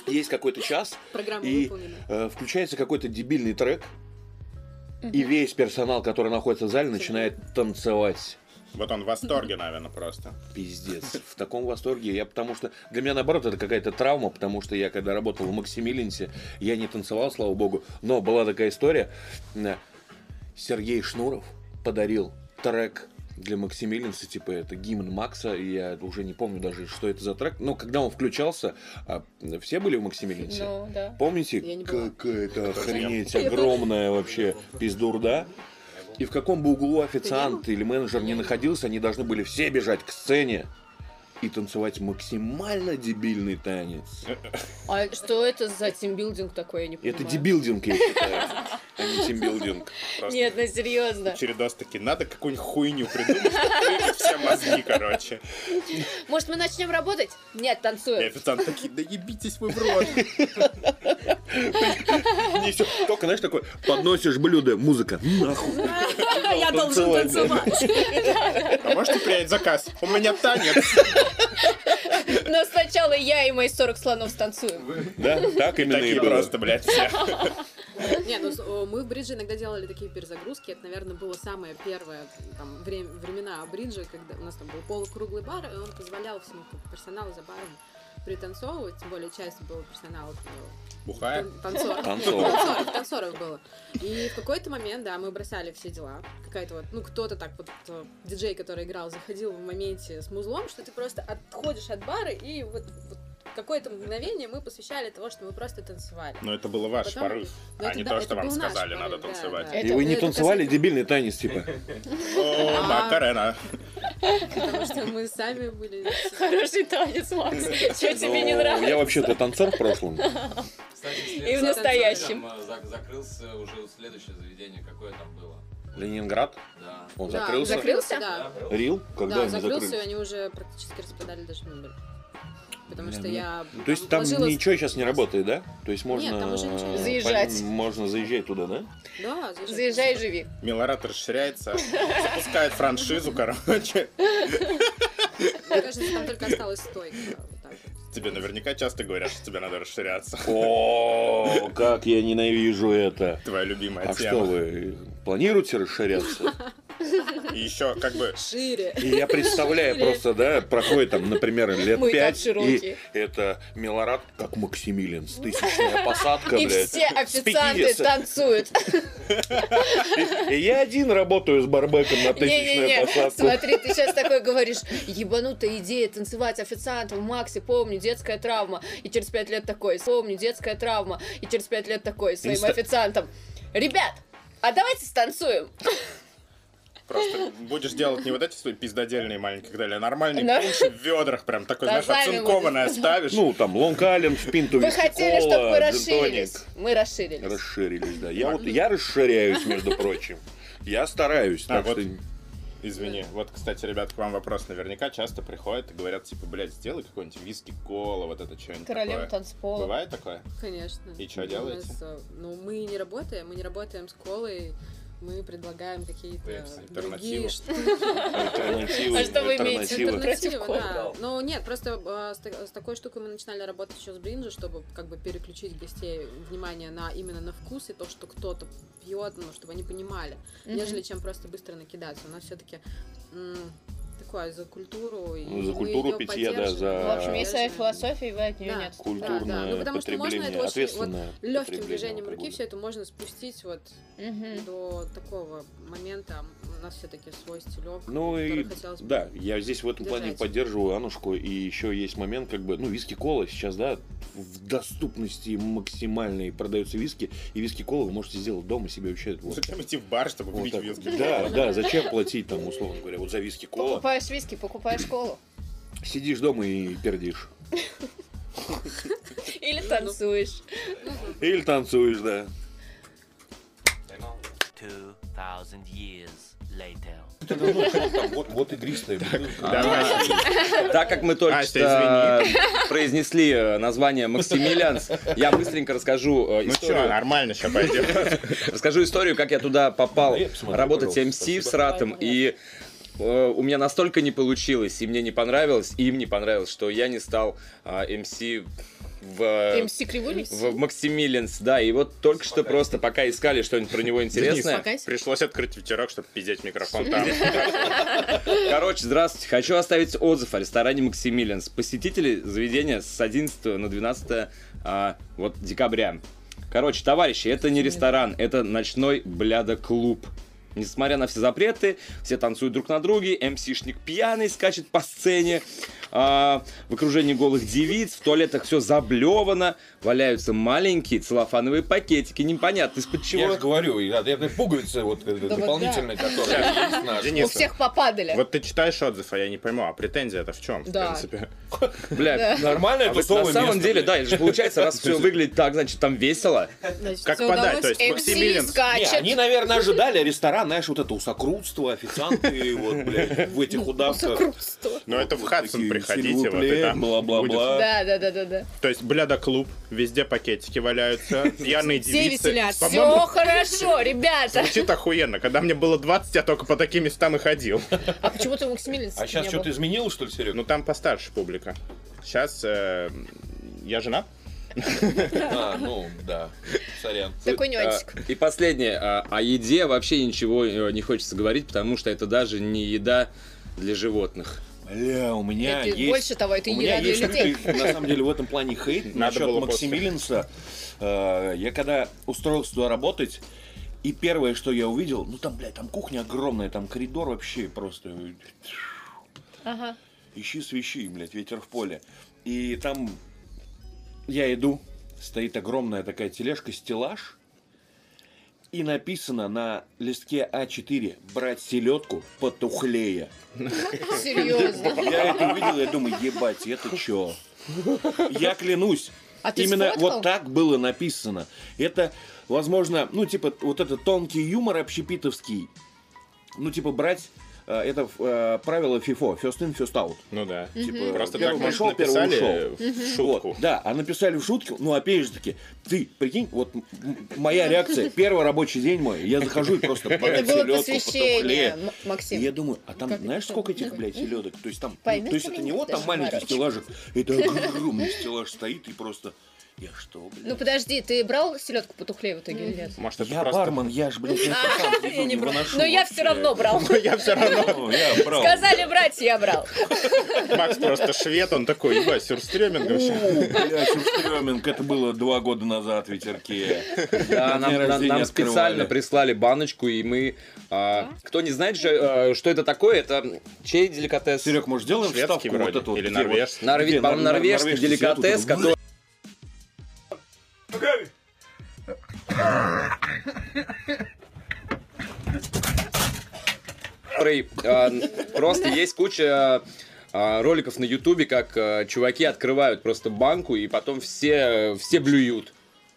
есть какой-то час, Программа и- выполнена. э, включается какой-то дебильный трек, и весь персонал, который находится в зале, начинает танцевать. Вот он в восторге, наверное, просто. Пиздец, в таком восторге. Я потому что для меня наоборот это какая-то травма, потому что я когда работал в Максимилинсе, я не танцевал, слава богу, но была такая история. Э, Сергей Шнуров подарил трек для Максимилинца, типа, это гимн Макса, и я уже не помню даже, что это за трек. Но когда он включался, а, все были в Максимилинце? Ну, да. Помните, Я не была. какая-то охренеть Я тоже. огромная вообще пиздурда? И в каком бы углу официант или менеджер не находился, они должны были все бежать к сцене и танцевать максимально дебильный танец. А что это за тимбилдинг такой, я не понимаю. Это дебилдинг, я считаю, а не тимбилдинг. Просто Нет, ну серьезно. Чередос таки, надо какую-нибудь хуйню придумать, чтобы выбить все мозги, короче. Может, мы начнем работать? Нет, И танцуем. официант такие, да ебитесь вы в рот. Не всё. Только, знаешь, такой, подносишь блюдо, музыка, нахуй. Я должен танцевать, да. танцевать. А можете принять заказ? У меня танец. Но сначала я и мои 40 слонов станцуем. Да, так именно и Такие было. просто, блядь, все. Нет, ну, с- о, мы в бридже иногда делали такие перезагрузки. Это, наверное, было самое первое там, время- времена бриджа, когда у нас там был полукруглый бар, и он позволял всему персоналу за баром пританцовывать, тем более часть было персонала э, Бухая. тан- танцоров. Танцор. Танцоров, танцоров было. И в какой-то момент, да, мы бросали все дела. Какая-то вот, ну, кто-то так вот, э, диджей, который играл, заходил в моменте с музлом, что ты просто отходишь от бара, и вот, вот какое-то мгновение мы посвящали того, что мы просто танцевали. Но это было ваш Потом- порыв, Ну, а это не да, то, это что вам был наш сказали, порыв, надо да, танцевать. да. И вы не Это- это танцевали касается- дебильный танец, типа. А, О, Макарена. Потому что мы сами были... Хороший танец, Макс. Что тебе не «Ну, нравится? Я вообще-то танцор в прошлом. Кстати, след- И в за настоящем. Там, э, зак- закрылся уже следующее заведение, какое там было. Ленинград, Да. он Да, закрылся. закрыл- Закрылся? Да, Рил, когда да они закрылся, и закрылись. они уже практически распродали даже мебель. Потому Бля, что ну, я... То есть там вложила- ничего сейчас не работает, да? То есть можно... там уже ничего не- Заезжать. Можно заезжать туда, да? Да, Заезжай и живи. Милорад расширяется, запускает франшизу, короче. Мне кажется, там только осталась стойка. вот так вот. Тебе наверняка часто говорят, что тебе надо расширяться. О, как я ненавижу это. Твоя любимая А что тема. вы планируете расширяться? И еще, как бы, Шире. И я представляю просто, да, проходит там, например, лет Мы так пять, широкие. и это Милорад как Максимилин, с тысячная посадка, И блядь. все с официанты 50. танцуют. И я один работаю с барбеком на тысячную Не-не-не, посадку. смотри, ты сейчас такой говоришь, ебанутая идея танцевать официантом в Максе, помню, детская травма. И через пять лет такой, помню, детская травма. И через пять лет такой, своим Инста- официантом. Ребят, а давайте станцуем. Просто будешь делать не вот эти свои пиздодельные маленькие, когда а нормальные Да. пунши в ведрах, прям такой, знаешь, Тазами оцинкованное ставишь. Ну, там, Лонг Айленд, в пинту Вы виски, хотели, чтобы кола, мы джин-тоник. расширились. Мы расширились. Расширились, да. Я вот, я расширяюсь, между прочим. Я стараюсь, А, так вот что... Извини. Вот, кстати, ребят, к вам вопрос. Наверняка часто приходят и говорят, типа, блядь, сделай какой-нибудь виски кола, вот это что-нибудь Королева такое. танцпола. Бывает такое? Конечно. И чё У делаете? нас, э, Ну, мы не работаем, мы не работаем с колой, мы предлагаем какие-то Вебс, другие альтернативы. штуки. Альтернативы, А что вы имеете в виду? альтернативы. Против Альтернативы, колы. да. Ну, нет, просто э, с, та- с такой штукой мы начинали работать еще с бринджа, чтобы как бы переключить гостей внимание на именно на вкус и то, что кто-то пьет, ну, чтобы они понимали, нежели чем просто быстро накидаться. У нас все-таки такое за культуру. И Ну, за мы культуру её питья, да, поддерживаем, за В общем, есть своя поддерживаем. философия, и вы от нее Да. не отступите. Да, да. Ну, Культурное потому что можно это потребление, очень- ответственное Легким потребление движением руки алкоголя. все это можно спустить вот Мгм. до такого момента. У нас все-таки свой стилек, Ну и который хотелось бы да, я здесь в этом плане держать. поддерживаю Анушку. И еще есть момент, как бы, ну, виски-кола сейчас, да, в доступности максимальной продаются виски, и виски-кола вы можете сделать дома себе вообще. вот- Зачем идти в бар, чтобы вот купить так вот. виски? Да, да, зачем платить там, условно говоря, вот за виски-кола? Покупаешь виски, покупаешь колу. Сидишь дома и пердишь. Или танцуешь. Или танцуешь, да. 2,000 years later. Вот, вот игристая. Давай. Так как мы только Настя, что произнесли э, название Максимилианс, я быстренько расскажу э, Ну что, историю. нормально сейчас пойдем. Расскажу историю, как я туда попал Хлеб смотри, работать пожалуйста, МС с Ратом. И э, у меня настолько не получилось, и мне не понравилось, и им не понравилось, что я не стал а, МС в... э, МС Кривулин? в Максимилианс, да, и вот только что просто пока искали что-нибудь про него интересное. Покайся. Пришлось открыть ветерок, чтобы пиздеть микрофон там. Короче, здравствуйте. Хочу оставить отзыв о ресторане Максимилианс. Посетители заведения с 11 на 12 а, вот, декабря. Короче, товарищи, это не ресторан, это ночной бляда-клуб. Несмотря на все запреты, все танцуют друг на друге, МСшник пьяный скачет по сцене, а, в окружении голых девиц, в туалетах все заблевано, валяются маленькие целлофановые пакетики, непонятно из-под Я же чего. говорю, и ответные пуговицы вот э, вот дополнительные, которые есть наши. У Денис, всех попадали. вот ты читаешь отзыв, а я не пойму, а претензия это в чем, в Да. принципе? Бля, Нормальное а вот тусовое на самом место, деле, блядь. да, это же получается, раз все выглядит так, значит, там весело. Значит, Как всё подать? То удалось. есть Максимилин МС Не, скачет. они, наверное, ожидали ресторан, знаешь, вот это усокрудство, официанты, вот, блядь, в этих удавках. Крутство. Ну это в Вот Хадсон такие, приходите, «Сильвупле», вот и там бла-бла-бла. Да, да, да, да, да. будет. То есть бляда-клуб, везде пакетики валяются, пьяные Все девицы. веселятся. Все По-моему, хорошо, ребята. звучит охуенно. Когда мне было 20, я только по таким местам и ходил. А почему ты Максимилин? А сейчас не что-то был? изменилось, что ли, Серега? Ну там постарше публика. Сейчас э, я женат. А, ну, да. Сорян. Такой нюансик. А, И последнее. а, О еде вообще ничего э, не хочется говорить, потому что это даже не еда для животных. Бля, у меня Это есть... Больше того, это у не меня ради есть людей. лютый, на самом деле, в этом плане хейт Надо насчет было после. Максимилинса. Э, Я когда устроился туда работать, и первое, что я увидел, ну там, блядь, там кухня огромная, там коридор вообще просто... Ага. Ищи свищи, блядь, ветер в поле. И там я иду, стоит огромная такая тележка, стеллаж, и написано на листке А4 «Брать селедку потухлее». Серьезно. Я это увидел, я думаю, ебать, это чё? Я клянусь, А ты именно сфоткал? вот так было написано. Это, возможно, ну, типа, вот этот тонкий юмор общепитовский. Ну, типа, брать э, это э, правило ФИФО, first in, first out. Ну да. Типа, Просто так первый может, пришел, первый написали ушел. в Вот, шутку. да, а написали в шутке, ну опять же таки, ты, прикинь, вот м- м- моя реакция, первый рабочий день мой, я захожу и просто Это блядь, было селёдку посвящение, потухлее. М- И Максим. я думаю, а там Как- знаешь, сколько этих, как- блядь, селедок? То есть там, ну, Поймёшь то есть это меня, не вот там даже маленький морочек. стеллажик, это огромный стеллаж стоит и просто, я что, Ну блядь? подожди, ты брал селедку потухлее в итоге или нет? Может, это Я просто... бармен, я ж, блядь, я сам еду Ну, не выношу Но Ну, А, я вообще. все равно брал. Я все равно. Я брал. Сказали брать, я брал. Макс просто швед, он такой, ебать, сюрстреминг вообще. Фу, Бля, Сюрстрёминг, это было два года назад в ветерке. На Да, нам, дне нам- рождения нам открывали. специально прислали баночку, и мы... а, кто не знает, же, э, что это такое, это чей деликатес? Серег, может, сделаем Шведский вставку вроде, вот эту вот, или где вот- норвежский. Норве- где по-моему, нор- нор- норвежский сидят вот деликатес, это, который... который, э, просто есть куча э, роликов на Ютубе, как э, чуваки открывают просто банку и потом все, все блюют.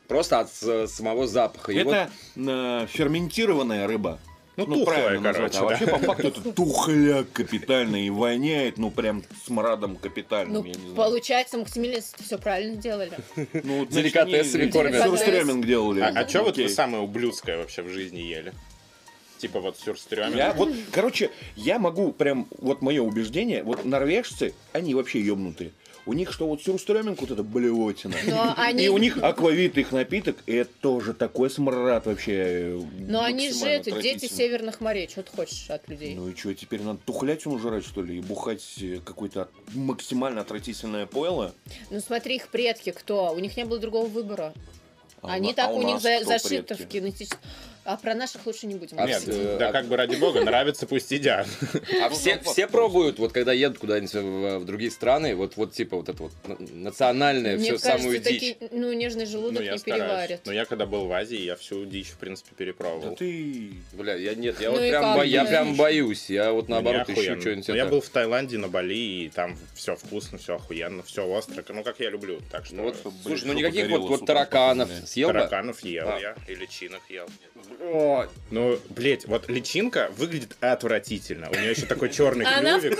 Просто от с- самого запаха. И вот- Это э, ферментированная рыба. Ну, тухлая, назвать. короче, А да. вообще, по факту, это тухля капитально и воняет, ну, прям смрадом капитальным, Ну, я не знаю. получается, Максимилин все правильно делали. Ну, вот, значит, деликатесами они кормят. Сюрстрёминг делали. А, а что вот вы Окей. самое ублюдское вообще в жизни ели? Типа вот сюрстреминг. Я вот, короче, я могу прям, вот мое убеждение, вот норвежцы, они вообще ебнутые. У них что вот сюрстрёминг, вот это блевотина. Но они- И у них аквавит их напиток, и это тоже такой смрад вообще. э, Но они же максимально это, дети отвратительный. северных морей. Что ты хочешь от людей? Ну и что, теперь надо тухлять ему жрать, что ли, и бухать э, какое-то от- максимально отвратительное пойло? Ну смотри, их предки кто? У них не было другого выбора. А Они на- так, а у, них нас за- кто зашито в предки? генетическом... А про наших лучше не будем. А Нет, ну, говорить. э, да а- как бы ради бога, нравится, пусть едят. А все, все пробуют, вот когда едут куда-нибудь в, в другие страны, вот, вот типа вот это вот на- национальное, Мне все самую кажется, дичь. такие, ну, нежный Ну, желудок я не стараюсь. переварит. Но я когда был в Азии, я всю дичь, в принципе, Да перепробовал. ты... Бля, я нет, я Ну вот и прям, как бо- я же? прям боюсь, я вот наоборот Мне ищу охуенно. что-нибудь. Ну, Я это. был в Таиланде, на Бали, и там все вкусно, все охуенно, все остро. Ну, как я люблю. Так что Ну вот, Чтобы слушай, ну брюшко никаких вот, погорело с вот утра, тараканов блядь. съел бы? тараканов ел А. я, и личинок ел. О, Ну, блядь, вот личинка выглядит отвратительно. У нее еще такой черный Она клювик.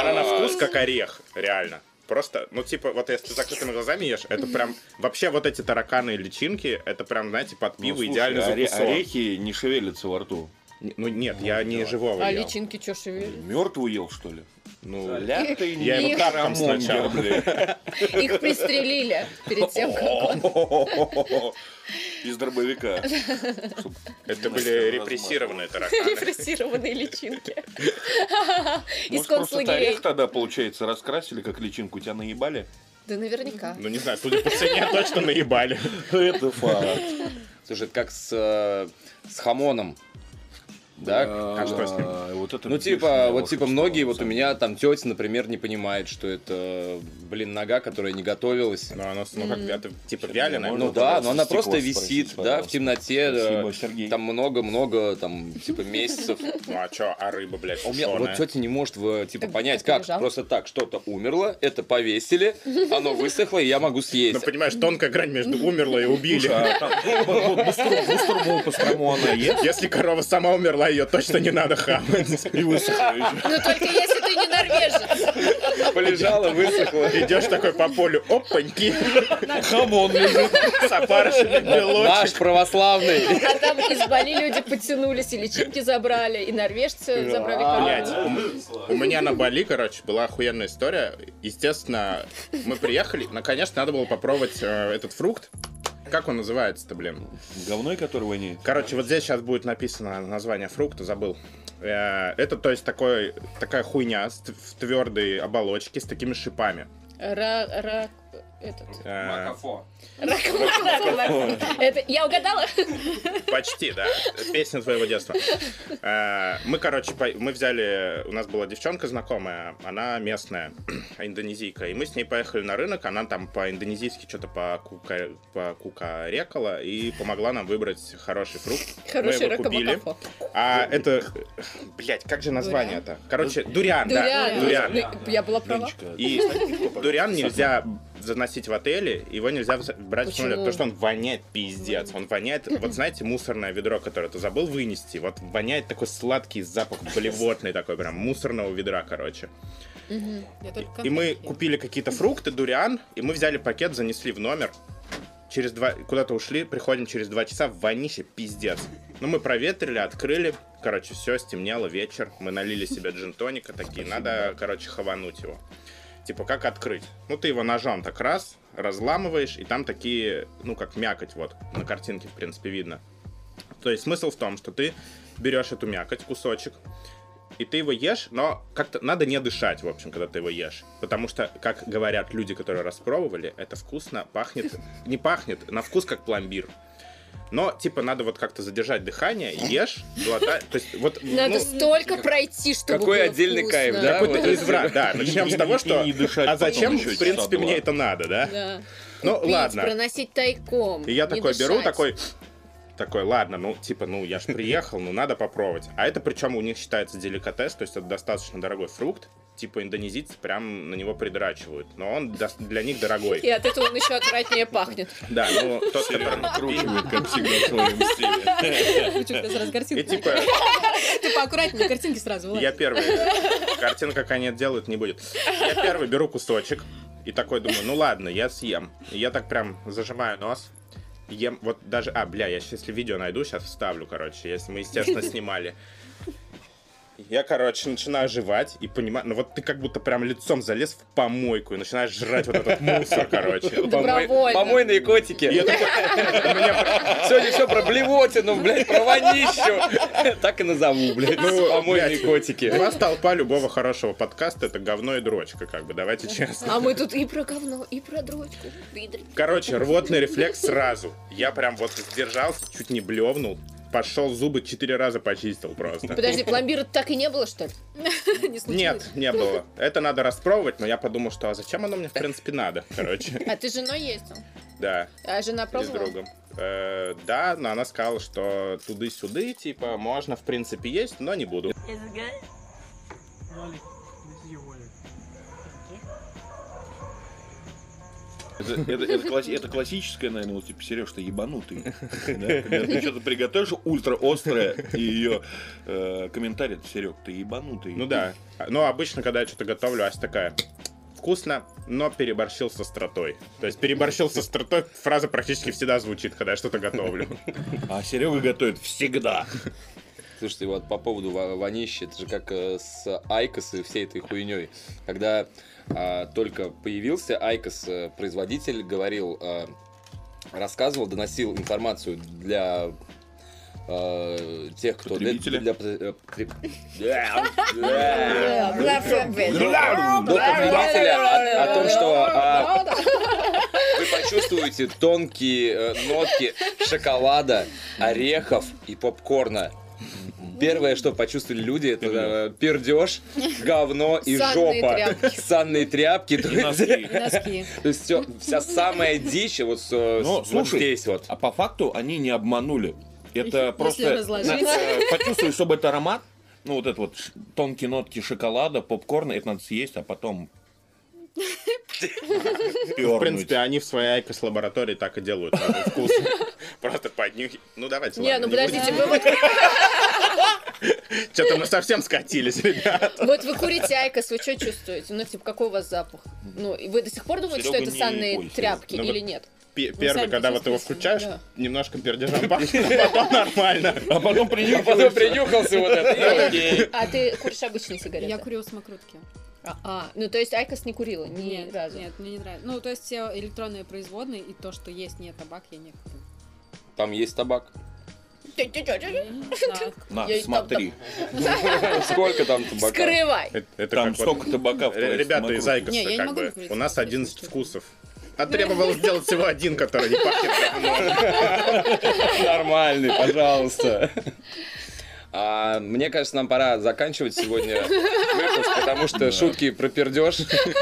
Она на вкус как орех, реально. Просто, ну, типа, вот если ты с закрытыми глазами ешь, это прям... Вообще вот эти тараканы и личинки, это прям, знаете, под Ну, пиво слушай, идеально оре- закусок. Орехи не шевелятся во рту. Ну, нет, я не живого А ел. личинки что шевелят? Мертвую ел, что ли? Ну, Ля ты не я его Их- тапком Рамон, сначала. бля. Их пристрелили перед тем, как он... Из дробовика. Чтоб Настя Это были репрессированные тараканы. Репрессированные личинки. Может, Из просто этот концлагерей. орех тогда, получается, раскрасили, как личинку, тебя наебали? Да наверняка. Ну, не знаю, судя по цене, точно наебали. Это факт. Слушай, это как с, э, с хамоном. да? А что с ним? А, вот это Ну, бешеная типа, вот, лошадь типа, стала, многие, на вот у самом меня там тетя, например, не понимает, что это, блин, нога, которая не готовилась. Ну, оно, ну, как это, типа, вяленое. можно Ну да, попробовать но она стекло просто спросить, висит, да, в пожалуйста? темноте, Спасибо, э, Сергей. там много-много, там, типа, месяцев. Ну, а чё, а рыба, блядь, А У меня вот сушёная? тетя не может в, типа Так понять, так и как лежал. просто так что-то умерло, это повесили, оно высохло, и я могу съесть. Ну, понимаешь, тонкая грань между умерла и убили. А там, ну, вот бустру- бустрому, построму она ест. Если корова сама умерла, ее точно не надо хамать. И высохла ещё. Но только если ты не норвежец. Полежало, высохло. Идешь такой по полю, опаньки, Хамон лежит. с опарышами Наш белочек. православный. А там из Бали люди подтянулись и личинки забрали, и норвежцы забрали Блядь, корову. у м- у меня на Бали, короче, была охуенная история. Естественно, мы приехали, наконец надо было попробовать э, этот фрукт. Как он называется-то, блин? Говной, которого нет. Короче, вот здесь сейчас будет написано название фрукта, забыл. Э, Это, то есть, такой, такая хуйня с т- в твердой оболочке с такими шипами. Ра- ра- этот. Э, Макафо. Это, я угадала? Почти, да. Песня твоего детства. Э, Мы, короче, по- мы взяли... У нас была девчонка знакомая, она местная, индонезийка. И мы с ней поехали на рынок, она там по-индонезийски что-то покука- покукарекала и помогла нам выбрать хороший фрукт. Хороший мы его купили. ракомакафо. А это... Блять, как же название-то? Короче, дуриан, да. ну, Дуриан. Дуриан. Ну, Я была права. И дуриан нельзя заносить в отеле, его нельзя вз- брать в Почему? самолет, потому что он воняет пиздец. Он воняет, вот знаете, мусорное ведро, которое ты забыл вынести, вот воняет такой сладкий запах блевотный такой прям, мусорного ведра, короче. Я только И мы конфетки. купили какие-то фрукты, дуриан, и мы взяли пакет, занесли в номер. Через два... Куда-то ушли, приходим через два часа, вонище, пиздец. Ну, мы проветрили, открыли. Короче, все, стемнело, вечер. Мы налили себе джин-тоника, такие, надо, короче, хавануть его. Типа, как открыть? Ну, ты его ножом так раз, разламываешь, и там такие, ну, как мякоть, вот, на картинке, в принципе, видно. То есть смысл в том, что ты берешь эту мякоть, кусочек, и ты его ешь, но как-то надо не дышать, в общем, когда ты его ешь. Потому что, как говорят люди, которые распробовали, это вкусно, пахнет... Не пахнет, на вкус как пломбир. Но, типа, надо вот как-то задержать дыхание, ешь, глотай. То есть, вот... Надо ну, столько пройти, чтобы какой было отдельный вкусно. кайф, да? Какой-то вот это- изврат, да. Начнем с того, что... И не дышать А потом зачем, еще в часа принципе, два. мне это надо, да? Да. Ну, Купить, ладно. проносить тайком. И я не такой беру, дышать. такой, такой, ладно, ну, типа, ну, я ж приехал, ну, надо попробовать. А это причем у них считается деликатес, то есть это достаточно дорогой фрукт. Типа индонезийцы прям на него придрачивают. Но он дос- для них И дорогой. от этого он еще отвратнее пахнет. Да, ну, тот, который... Накручивает, как всегда, в своем стиле. Хочу как раз И раскартинку. типа, Ты поаккуратнее, картинки сразу. Влад. я первый. Картинка, как они это делают, не будет. Я первый беру кусочек и такой думаю, ну ладно, я съем. И я так прям зажимаю нос. Ем, вот даже, а, бля, я сейчас, если видео найду, сейчас вставлю, короче, если мы, естественно, снимали. Я, короче, начинаю жевать и понимаю, ну вот ты как будто прям лицом залез в помойку и начинаешь жрать вот этот мусор, короче. Помой- Добровольно. Помойные котики. И я такой, Сегодня все про блевотину, блядь, про вонищу. Так и назову, блядь, Ну, помойные блядь. котики. у вас толпа любого хорошего подкаста, это говно и дрочка, как бы, давайте честно. А мы тут и про говно, и про дрочку. и др- Короче, рвотный рефлекс сразу. Я прям вот сдержался, чуть не блевнул. Пошел зубы четыре раза почистил просто. Подожди, пломбира так и не было, что ли? Не случилось. Нет, не было. Это надо распробовать, но я подумал, что а зачем оно мне в принципе надо, короче. А ты с женой ездил? Да, А жена и с пробовала? другом. Э, Да, но она сказала, что туды-сюды, типа, можно в принципе есть, но не буду. Это, это- это класс- это классическое, наверное, вот типа Сереж, ты ебанутый. Да? Когда ты что-то приготовишь ультра острое, и ее комментарий Серег, ты ебанутый. Ну да. А, Но обычно, когда я что-то готовлю, Ася такая вкусно, но переборщил со остротой. То есть переборщил со остротой фраза практически всегда звучит, когда я что-то готовлю. А Серега готовит всегда. Слушайте, вот по поводу во- вонища, это же как э, с Айкос и всей этой хуйней. Когда а, только появился Айкос, э, производитель говорил, э, рассказывал, доносил информацию для э, тех, кто... для- Потребителя? Для, э, кри- Бля, бля. До потребителя о, о том, что а, вы почувствуете тонкие э, нотки шоколада, орехов и попкорна. Первое, что почувствовали люди, это э, пердеж, говно и Санные жопа. тряпки. Санные тряпки. То И есть- носки. Носки. то есть всё- вся самая дичь вот с- э, Ну, с- вот слушай, здесь вот. А по факту они не обманули. Это Если просто разложить. надо, э, почувствовать, чтобы это аромат, ну вот это вот ш- тонкие нотки шоколада, попкорна, это надо съесть, а потом В принципе, они в своей Айкос-лаборатории так и делают. разные вкусы. Просто поднюхи. Ну, давайте. Не, ну ладно, подождите, вы вот, Что-то мы совсем скатились, ребят. вот вы курите айкос, вы что чувствуете? Ну, типа, какой у вас запах? Ну, и вы до сих пор думаете, Серега что это не санные курит. тряпки Ну, или вот- нет? Пе- Ну, Первый, сами когда вот его почувствуете, включаешь, да. немножко пердежом пахнет, а потом нормально. А потом А потом принюхался вот это. и окей. А ты куришь обычные сигареты? Я курила смокрутки. А, а, ну то есть Айкос не курила ни Нет, разу. нет, мне не нравится. Ну, то есть все электронные производные и то, что есть не табак, я не курю. Там есть табак. Я не знаю. На, Я и смотри, Сколько там табака? Скрывай. Это- это там как вот- столько табака в Ре- твоей Ребята самокрутке. из Айкоса, Не, я не как могу бы, говорить, у нас что это 11 такое. вкусов. А требовалось сделать всего один, который не пахнет. Нормальный, пожалуйста. А, мне кажется, нам пора заканчивать сегодня выпуск, потому что шутки про пердеж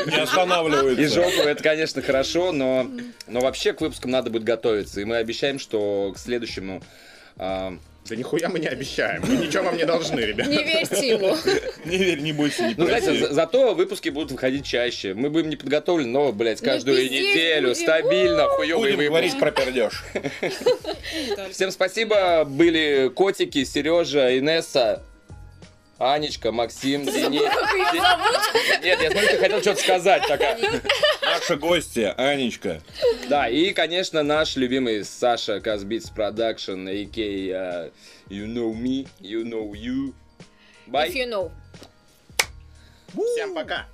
Не останавливается. и жопу, это, конечно, хорошо, но, но вообще к выпускам надо будет готовиться. И мы обещаем, что к следующему... а, Да нихуя мы не обещаем. Мы ничего вам не должны, ребят. Не верьте ему. Не верь, не бойся, не ну, проси. знаете, за- зато выпуски будут выходить чаще. Мы будем не подготовлены, но, блядь, каждую пиздеть неделю будем. стабильно хуёвый Будем выпуск. говорить про пердеж. Всем спасибо. Были котики, Сережа, Инесса, Анечка, Максим, Денис. Нет, я смотрю, ты хотел что-то сказать. Такая. Наши гости, Анечка. Да, и, конечно, наш любимый Саша Казбитс Продакшн, а.к.а. You know me, you know you. Bye. If you know. Всем пока.